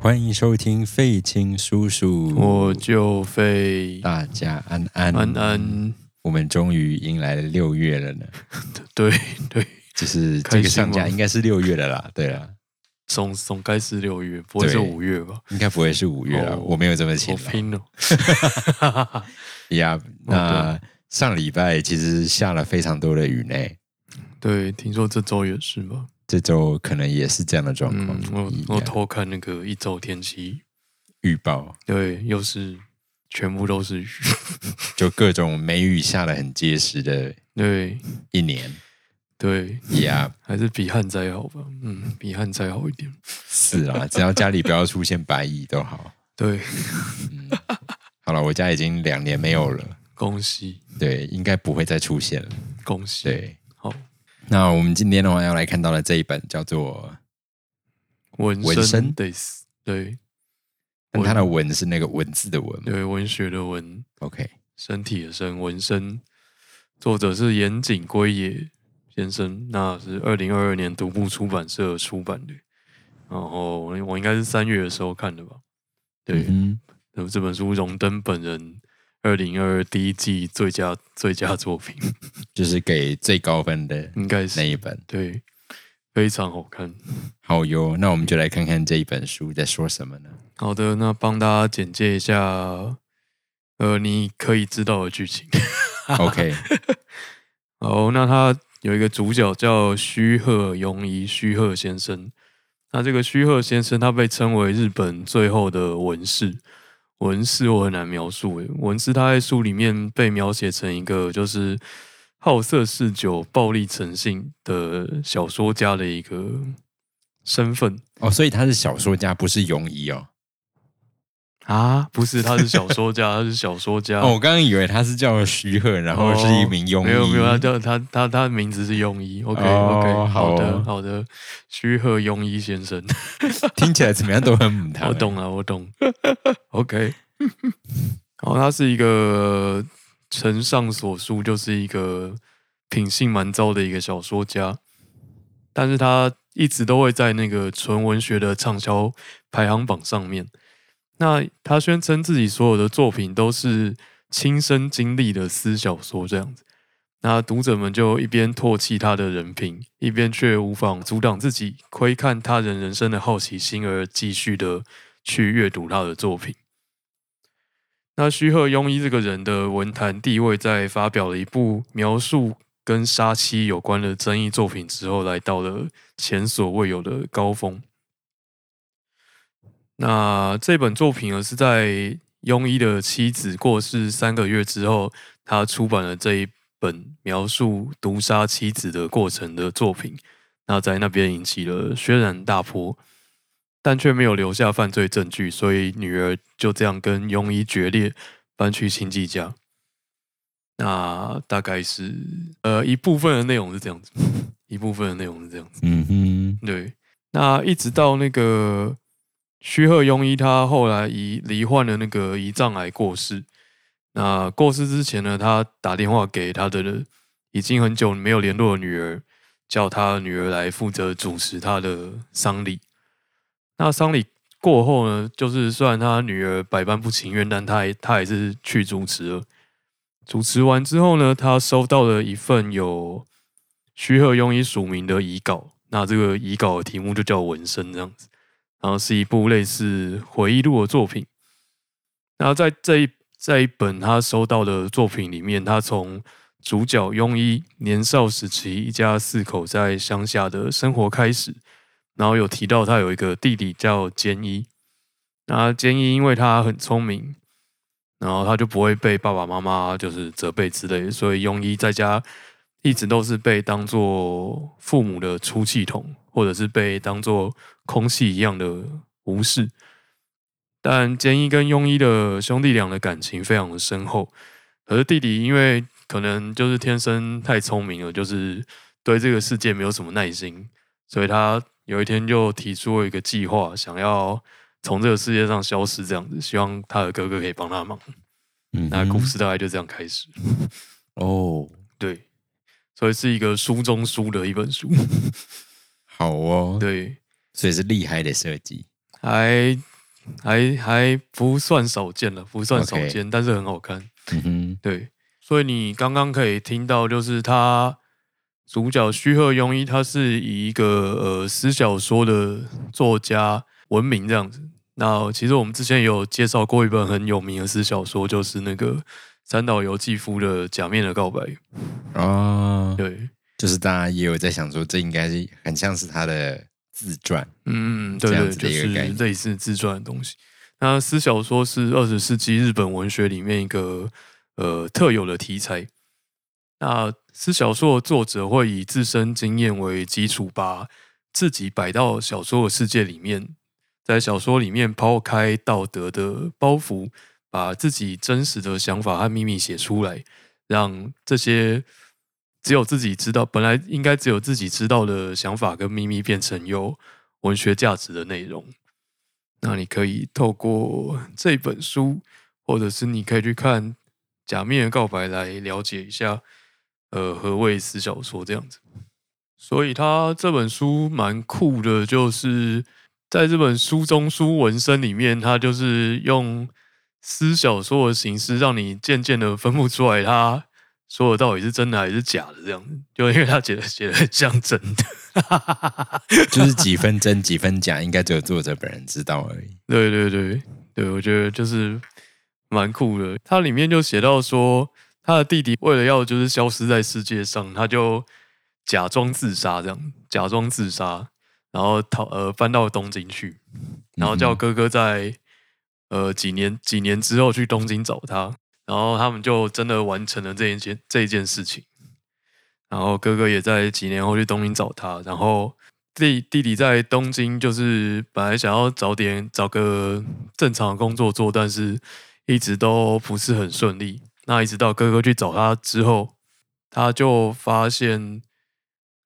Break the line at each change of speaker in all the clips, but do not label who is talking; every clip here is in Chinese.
欢迎收听费青叔叔，
我就飞
大家安安
安安，
我们终于迎来了六月了呢，
对 对，
就是这个上
开心
架
吗
应该是六月了 啦，对啊啦，
总总该是六月，不会是
对
五月吧？
应该不会是五月了，
哦
我没有这么勤
好
劳
拼哦！
呀。
哦
那上礼拜其实下了非常多的雨呢，
对，听说这周也是吧？
这周可能也是这样的状
嗯
况，一，
我我
样
偷看那个一周天气，
预报
对，又是全部都是雨，
就各种梅雨下的很结实的
对
一年
对，
呀。
还是比旱灾好吧？嗯，比旱灾好一点。
是啊，只要家里不要出现白蚁都好。嗯
对，
好了，我家已经两年没有了，
恭喜
对，应该不会再出现了。
恭喜，
对，
好，
那我们今天的话要来看到的这一本叫做，
纹
纹身
身得死，对
但它的文是那个文字的文嘛。
对，文学的文。
OK，
身体的身，纹身，作者是岩井圭也先生，那是二零二二年独步出版社出版的。然后我我应该是三月的时候看的吧？对，
嗯
那么这本书荣登本人二零二二第一季最佳最佳作品，
哼，就是给最高分的
应该
那
是
一本。
对，非常好看。
好哟，那我们就来看看这一本书在说什么 呢？
好的，那帮大家简介一下，呃，你可以知道的剧情。
OK，
哦，那他有一个主角叫须贺庸一，须贺先生。那这个须贺先生，他被称为日本最后的文士。文士我很难描述诶，文士他在书里面被描写成一个就是好色嗜酒、暴力成性的小说家的一个身份
哦，所以他是小说家，不是庸医哦。
啊，不是，他是小说家，他是小说 家。
哦，我刚刚以为他是叫徐鹤，然后是一名庸医。
啊哦没有没有，他叫他他他的名字是庸医。OK OK，、
哦
好
好
的
哦
好的，须贺庸医先 生，
听起来怎么样都很母汤。啊
我懂了，我懂。OK，然后他是一个承上所述，就是一个品性蛮糟的一个小说家，但是他一直都会在那个纯文学的畅销排行榜上面。那他宣称自己所有的作品都是亲身经历的私小说这样子，那读者们就一边唾弃他的人品，一边却无法阻挡自己窥看他人人生的好奇心，而继续的去阅读他的作品。那须贺庸一这个人的文坛地位，在发表了一部描述跟杀妻有关的争议作品之后，来到了前所未有的高峰。那这本作品呢，是在庸医的妻子过世三个月之后，他出版了这一本描述毒杀妻子的过程的作品。那在那边引起了轩然大波，但却没有留下犯罪证据，所以女儿就这样跟庸医决裂，搬去亲戚家。那大概是呃一部分的内容是这样子， 一部分的内容是这样子。
嗯哼，
对，那一直到那个须贺庸一，他后来罹罹患了那个胰脏癌过世。那过世之前呢，他打电话给他的已经很久没有联络的女儿，叫他女儿来负责主持他的丧礼。那丧礼过后呢，就是虽然他女儿百般不情愿，但他也他还是去主持了。主持完之后呢，他收到了一份有徐鹤庸一署名的遗稿，那这个遗稿的题目就叫《纹身》这样子，然后是一部类似回忆录的作品。然后在这一这一本他收到的作品里面，他从主角庸一年少时期一家四口在乡下的生活开始，然后有提到他有一个弟弟叫坚一，那坚一因为他很聪明，然后他就不会被爸爸妈妈就是责备之类的，所以庸医在家一直都是被当做父母的出气筒，或者是被当做空气一样的无视。但坚一跟庸医的兄弟俩的感情非常的深厚，可是弟弟因为可能就是天生太聪明了，就是对这个世界没有什么耐心，所以他有一天就提出了一个计划，想要从这个世界上消失，这样子，希望他的哥哥可以帮他忙。
嗯哼
那故事大概就这样开始。
哦，
对，所以是一个书中书的一本书。
好哦，
对，
所以是厉害的设计。
还还还不算少见了，不算少
OK
见但是很好看。
嗯哼，
对，所以你刚刚可以听到，就是他主角须贺庸一，他是以一个呃私小说的作家闻名这样子。那其实我们之前也有介绍过一本很有名的私小说，就是那个三岛由纪夫的《假面的告白》。
哦，
对，
就是大家也有在想说，这应该是很像是他的自传，
嗯，对
这样
对，
子
就
的一个概
是
念
类似自传的东西。那私小说是二十世纪日本文学里面一个呃特有的题材。那私小说的作者会以自身经验为基础，把自己摆到小说的世界里面，在小说里面抛开道德的包袱，把自己真实的想法和秘密写出来，让这些只有自己知道，本来应该只有自己知道的想法跟秘密，变成有文学价值的内容。那你可以透过这本书，或者是你可以去看《假面的告白》来了解一下，呃，何谓私小说这样子。所以他这本书蛮酷的，就是在这本书中书纹身里面，他就是用私小说的形式，让你渐渐的分不出来他说的到底是真的还是假的这样子，就因为他写的写的很像真的。
就是几分真几分假，应该只有作者本人知道而已。
对对对对，我觉得就是蛮酷的。它里面就写到说，他的弟弟为了要就是消失在世界上，他就假装自杀，这样假装自杀，然后逃呃搬到东京去，然后叫
嗯哼
哥哥在呃几年几年之后去东京找他，然后他们就真的完成了这一件这一件事情。然后哥哥也在几年后去东京找他，然后弟弟弟在东京就是本来想要找点找个正常的工作做，但是一直都不是很顺利。那一直到哥哥去找他之后，他就发现，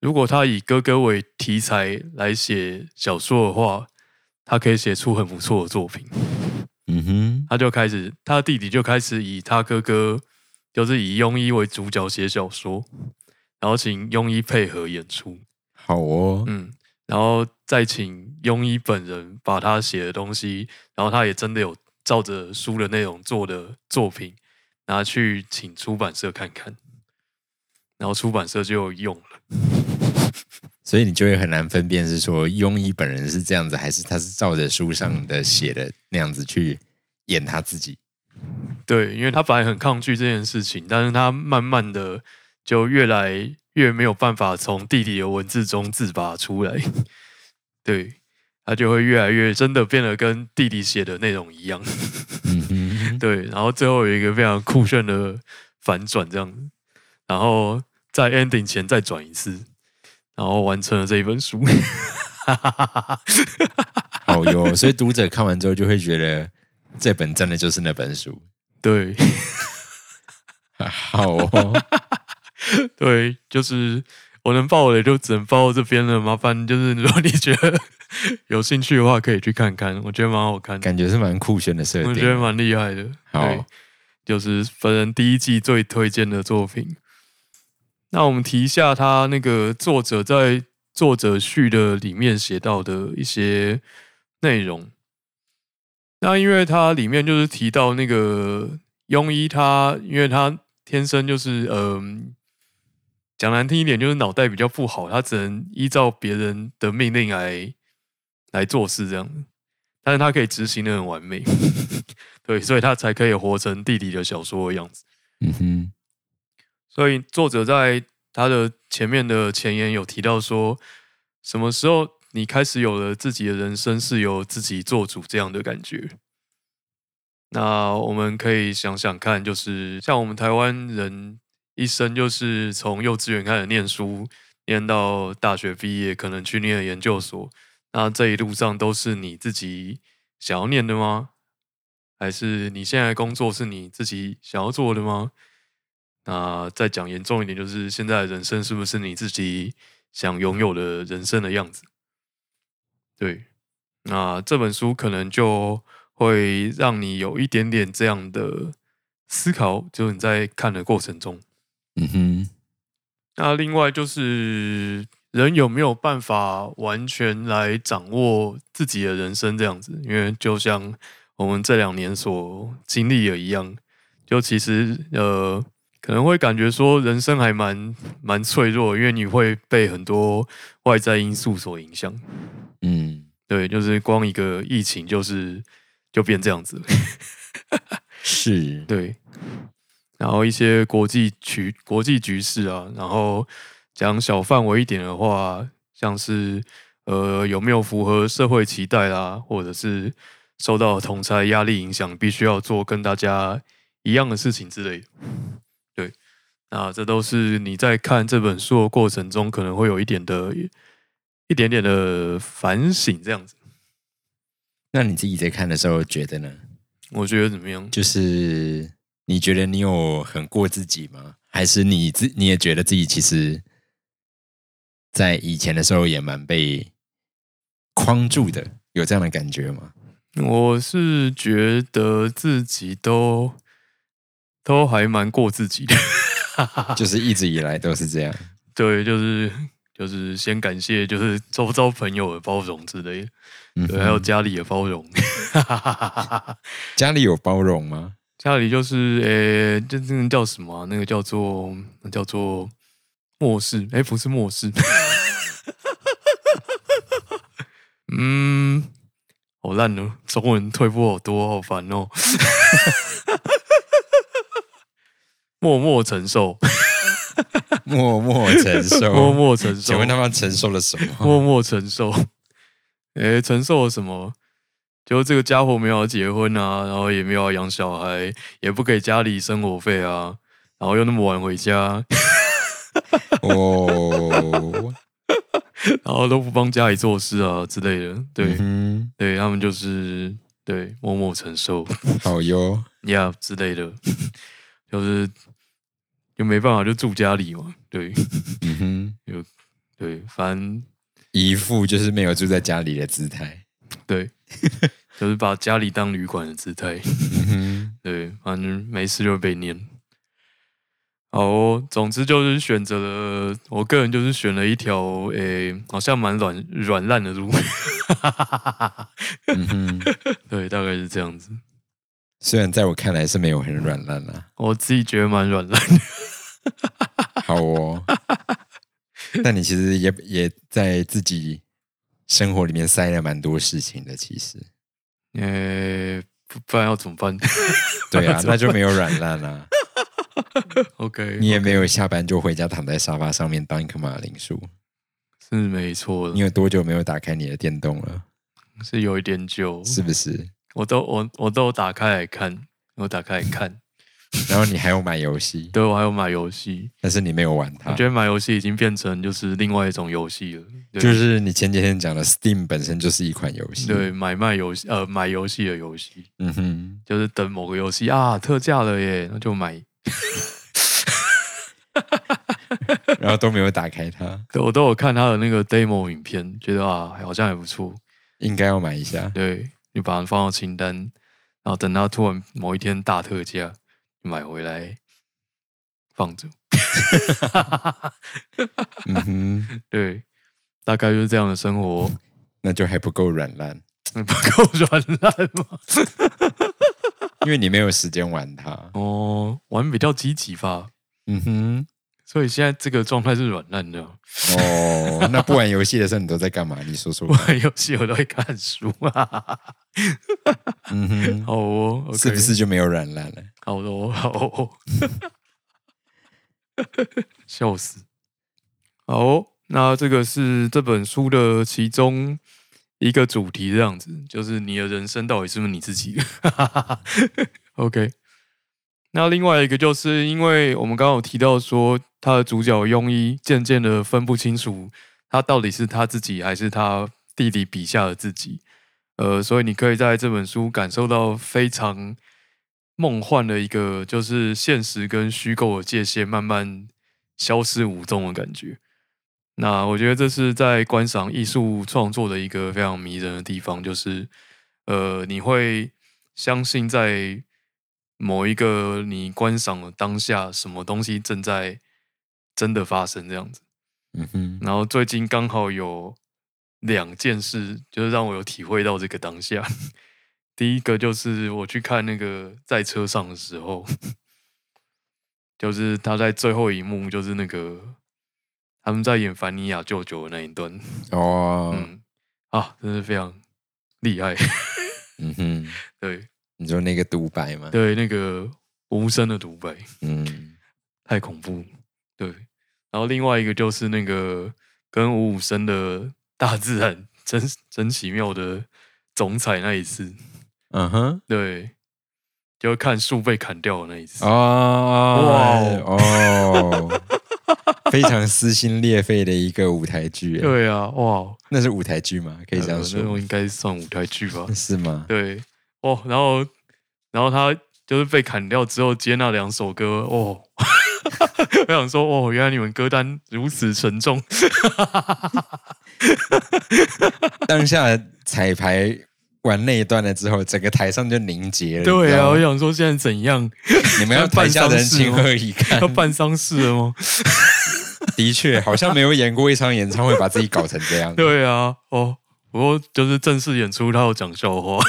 如果他以哥哥为题材来写小说的话，他可以写出很不错的作品。
嗯哼，
他就开始，他弟弟就开始以他哥哥，就是以庸医为主角写小说，然后请庸医配合演出，
好哦，
嗯，然后再请庸医本人把他写的东西，然后他也真的有照着书的内容做的作品，拿去请出版社看看，然后出版社就有用了。
所以你就会很难分辨是说庸医本人是这样子，还是他是照着书上
嗯
的写的那样子去演他自己。
对，因为他本来很抗拒这件事情，但是他慢慢的就越来越没有办法从弟弟的文字中自拔出来， 对他就会越来越真的变得跟弟弟写的内容一样，
嗯哼，
对，然后最后有一个非常酷炫的反转这样子，然后在 ending 前再转一次，然后完成了这一本书。
好哟，所以读者看完之后就会觉得这本真的就是那本书。
对
好哦，
对，就是我能爆的就只能爆到这边了。麻烦就是如果你觉得 有兴趣的话，可以去看看，我觉得蛮好看的。
感觉是蛮酷炫的设
我觉得
定。
蛮厉害的。
好
对，就是本人第一季最推荐的作品。那我们提一下他那个作者在作者序的里面写到的一些内容。那因为他里面就是提到那个庸医他，因为他天生就是嗯。讲难听一点，就是脑袋比较不好，他只能依照别人的命令来来做事这样子。但是他可以执行的很完美，对，所以他才可以活成弟弟的小说的样子。
嗯哼，
所以作者在他的前面的前言有提到说，什么时候你开始有了自己的人生是由自己做主这样的感觉？那我们可以想想看，就是像我们台湾人一生就是从幼稚园开始念书，念到大学毕业，可能去念研究所，那这一路上都是你自己想要念的吗？还是你现在的工作是你自己想要做的吗？那再讲严重一点，就是现在的人生是不是你自己想拥有的人生的样子？对，那这本书可能就会让你有一点点这样的思考，就是你在看的过程中。
嗯哼，
那另外就是人有没有办法完全来掌握自己的人生这样子？因为就像我们这两年所经历的一样，就其实呃，可能会感觉说人生还蛮蛮脆弱的，因为你会被很多外在因素所影响。
嗯，
对，就是光一个疫情，就是就变这样子了。
是，
对，然后一些国际局国际局势啊，然后讲小范围一点的话，像是呃有没有符合社会期待啦、或者是受到同差压力影响，必须要做跟大家一样的事情之类的。对，那这都是你在看这本书的过程中可能会有一点的、一点点的反省，这样子，
那你自己在看的时候觉得呢？
我觉得怎么样？
就是你觉得你有很过自己吗？还是你自你也觉得自己其实，在以前的时候也蛮被框住的，有这样的感觉 吗？
我是觉得自己都都还蛮过自己的，
就是一直以来都是这样。
对，就是就是先感谢就是周遭朋友的包容之类的，
嗯
对，还啊有
哼
家里的包容，
家里有包容吗？
家里就是诶、就那个叫什么啊、那个叫做那叫做末世，诶、不是末世， 嗯，好烂哦，中文退步好多，好烦哦， 默默承受，
默默承受，
默默承受，
请问他们承受了什
默
么？
默承受。诶、承受了什么？就这个家伙没有要结婚啊，然后也没有要养小孩，也不给家里生活费啊，然后又那么晚回家，
哦，
然后都不帮家里做事啊之类的。 对，
嗯
对他们就是对默默承受
哼，好哟，
呀、之类的， 就是就没办法就住家里嘛。对
嗯哼，
对，反正
一副就是没有住在家里的姿态，
对，就是把家里当旅馆的姿态。
嗯哼，
对，反正没事就会被念。好、哦，总之就是选择了，我个人就是选了一条，诶、好像蛮软软烂的路。
嗯哼。
对，大概是这样子。
虽然在我看来是没有很软烂啊啦、
我自己觉得蛮软烂的。
好 哦。但你其实也也在自己生活里面塞了蛮多事情的，其实。
诶、不不然要怎么办
对啊， 那就没有软烂啦、
？OK，
你也没有下班就回家躺在沙发上面当一棵马铃薯。
是没错
你
的，
有多久没有打开你的电动了？
是有一点久，
是不是？
我都我我都有打开来看，我打开来看。
然后你还有买游 戏，
对，我还有买游戏，
但是你没有玩它
我。觉得买游戏已经变成就是另外一种游戏了，对
就是你前几天讲的，Steam 本身就是一款游戏。
对，买卖游戏，呃，买游戏的游戏，
嗯哼，
就是等某个游戏啊特价了耶，那就买。
然后都没有打开它，
对我都有看他的那个 demo 影片，觉得啊好像还不错。
应该要买一下。
对你把它放到清单，然后等它突然某一天大特价，你买回来放着。
嗯哼，
对，大概就是这样的生活，哦
那就还不够软烂。
不够软烂吗？
因为你没有时间玩它。
哦，玩比较积极吧，
嗯哼，
所以现在这个状态是软烂的。
哦， 那不玩游戏的时候你都在干嘛？你说说
我。玩游戏我都会看书啊。
嗯哼，
好哦，OK，
是不是就没有软烂了？
好的哦，好 哦，笑死。好哦、那这个是这本书的其中一个主题，这样子，就是你的人生到底是不是你自己 ？OK。那另外一个就是因为我们刚刚有提到说，他的主角庸医渐渐的分不清楚他到底是他自己还是他弟弟笔下的自己。呃，所以你可以在这本书感受到非常梦幻的一个，就是现实跟虚构的界限慢慢消失无踪的感觉。那我觉得这是在观赏艺术创作的一个非常迷人的地方，就是呃，你会相信在某一个你观赏的当下，什么东西正在真的发生这样子。
嗯哼，
然后最近刚好有两件事，就是让我有体会到这个当下。 第一个就是我去看那个在车上的时候，就是他在最后一幕，就是那个他们在演凡尼亚舅舅的那一段，
哦，
嗯，啊，真是非常厉害，
嗯哼，
对
你说那个独白吗？，
对，那个无声的独白
嗯，
太恐怖，对。然后另外一个就是那个跟五五声的 大自然真真奇妙的总裁那一次，
嗯哼，
对，就看树被砍掉的那一次。
哦，哇哦，非常撕心裂肺的一个舞台剧，，
对啊，哇，
那是舞台剧吗？可以这样
呃那
说？
种，应该算舞台剧吧
嗯是吗？
对，哦，然后，然后他就是被砍掉之后接那两首歌，哦， 我想说，哦，原来你们歌单如此沉重，
当下彩排完那一段了之后，整个台上就凝结了。你
对
知
啊，
道吗
我想说现在怎 样，
你们要台下的人情何以堪
要？办丧事了吗？
的确，好像没有演过一场演唱会，把自己搞成这样。
对啊，哦。不过就是正式演出，他有讲笑话，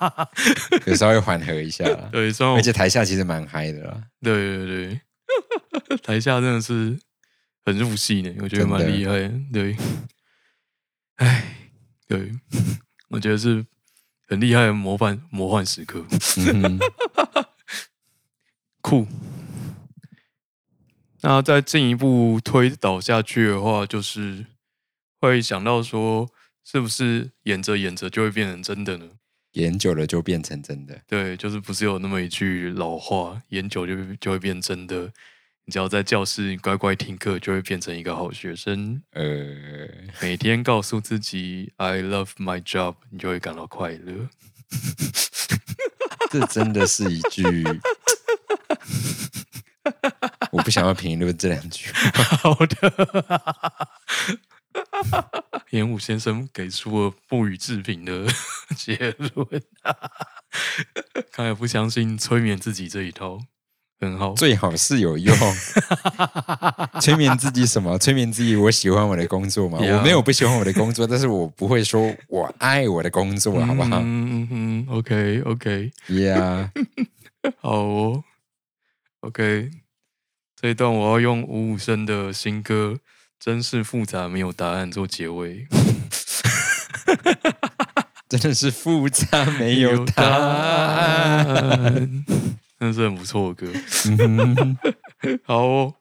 有时候会缓和一下啦。
对，虽然我
而且台下其实蛮嗨的啦，
对对对， 台下真的是很入戏呢，我觉得蛮
真的
厉害的。对，哎，对， 我觉得是很厉害的魔幻魔幻时刻，
嗯哼，
酷。那再进一步推导下去的话，就是会想到说，是不是演着演着就会变成真的呢？
演久了就变成真的。
对，就是不是有那么一句老话，演久就会就会变真的。你只要在教室乖乖听课，就会变成一个好学生。
呃，
每天告诉自己 “I love my job”，你就会感到快 乐。
这真的是一句，我不想要评论这两句。
好的， 严武先生给出了不予置评的结论。看来不相信催眠自己这一套，很好。
最好是有用。催眠自己什么？催眠自己，我喜欢我的工作嘛
Yeah
我没有不喜欢我的工作，但是我不会说我爱我的工作，好不好
嗯嗯嗯，OK OK。
？Yeah，
好哦，OK，这一段我要用五五声的新歌《真是复杂没有答案》做结尾，
真的是复杂没有答案。，
那是很不错的歌。
嗯哼
好哦，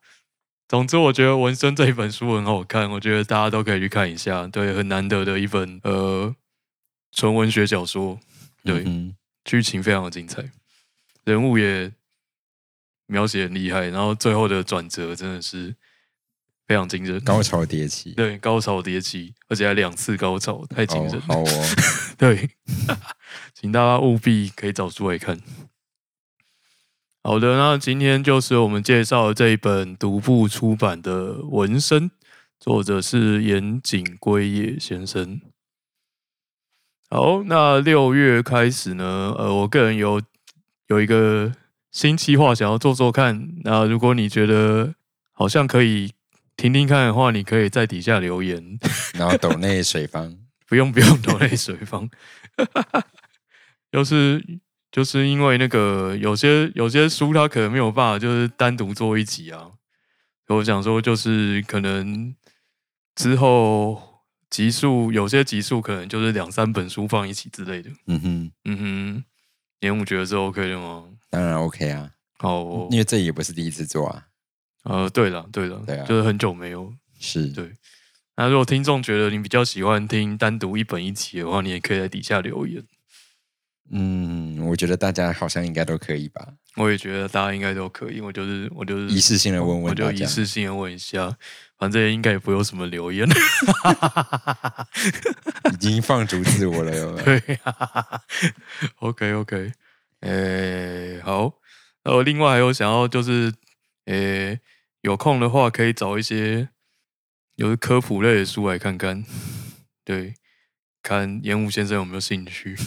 总之我觉得《纹身》这一本书很好看，我觉得大家都可以去看一下，对，很难得的一本呃纯文学小说，对，
嗯
剧情非常的精彩，人物也描写很厉害，然后最后的转折真的是非常惊人，
高潮迭起。
对高潮迭起，而且还两次高潮，太惊人
哦好
了。，
哦，
对，请大家务必可以找出来看。好的，那今天就是我们介绍的这一本独步出版的《纹身》，作者是岩井圭也先生。好，那六月开始呢，呃，我个人有有一个新计划想要做做看。那如果你觉得好像可以听听看的话，你可以在底下留言。
然后抖内水 方，
不用不用投泪水方，就是就是因为那个有些有些书它可能没有办法就是单独做一集啊，所以我想说就是可能之后集数有些集数可能就是两三本书放一起之类的，
嗯哼，
嗯哼，连我觉得是 OK 的吗？
当然 OK 啊，
好哦，
因为这也不是第一次做啊，
呃，对了对了，
对啊
就是很久没有。
是
对那如果听众觉得你比较喜欢听单独一本一集的话，你也可以在底下留言。
嗯，我觉得大家好像应该都可以吧，
我也觉得大家应该都可以，我就是我就是
一次性的问
我
问
就
大
一
家，
次性的问一下，反正应该也不会有什么留言。
已经放逐自我 了有没有。
对啊，OK OK，诶、好，然后另外还有想要就是，诶、有空的话可以找一些有科普类的书来看看，对，看烟雾先生有没有兴趣，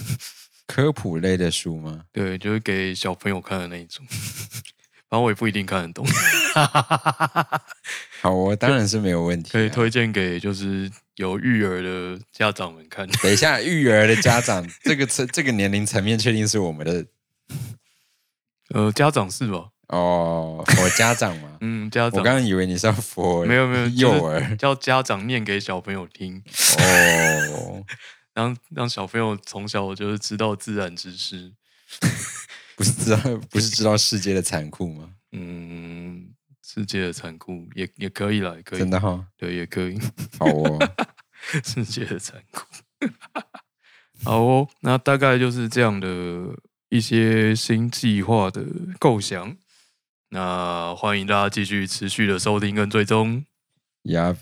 科普类的书吗？
对，就是给小朋友看的那一种。 反正我也不一定看得懂，
好，我当然是没有问题、啊。
可以推荐给就是有育儿的家长们看。
等一下，育儿的家长， 这个层这个年龄层面，确定是我们的
呃，家长是吧？
哦，我家长吗？
嗯， 家
我
长
刚刚以为你是要佛，
没有没有，就是
幼儿
叫家长念给小朋友听，
哦，
让让小朋友从小就是知道自然知识。
不是知道不是知道世界的残酷吗？
嗯，世界的残酷也也可以啦，也可以
真的哈、
对，也可以
好 哦，
世界的残酷。 好哦，那大概就是这样的一些新计划的构想。那欢迎大家继续持续的收听跟追踪。
呀，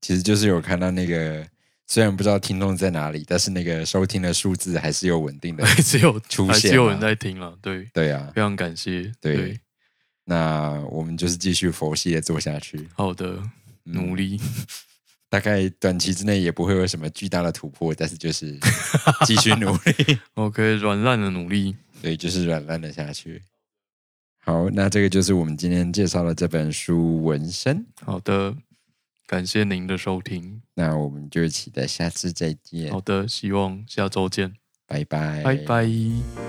其实就是有看到那个，虽然不知道听众在哪里，但是那个收听的数字还是有稳定的。
还是有
出
还
现
是有人
啊
在听了，对，
对啊，
非常感谢，
对那我们就是继续佛系的做下去，
好的，努
力。
力，
大概短期之内也不会有什么巨大的突破，但是就是 继续努力，
OK，软烂的努力，
对，就是软烂的下去。好，那这个就是我们今天介绍的这本书《纹身》，
好的，感谢您的收听，
那我们就期待下次再见
好，的，希望下周见，
拜拜，
拜拜。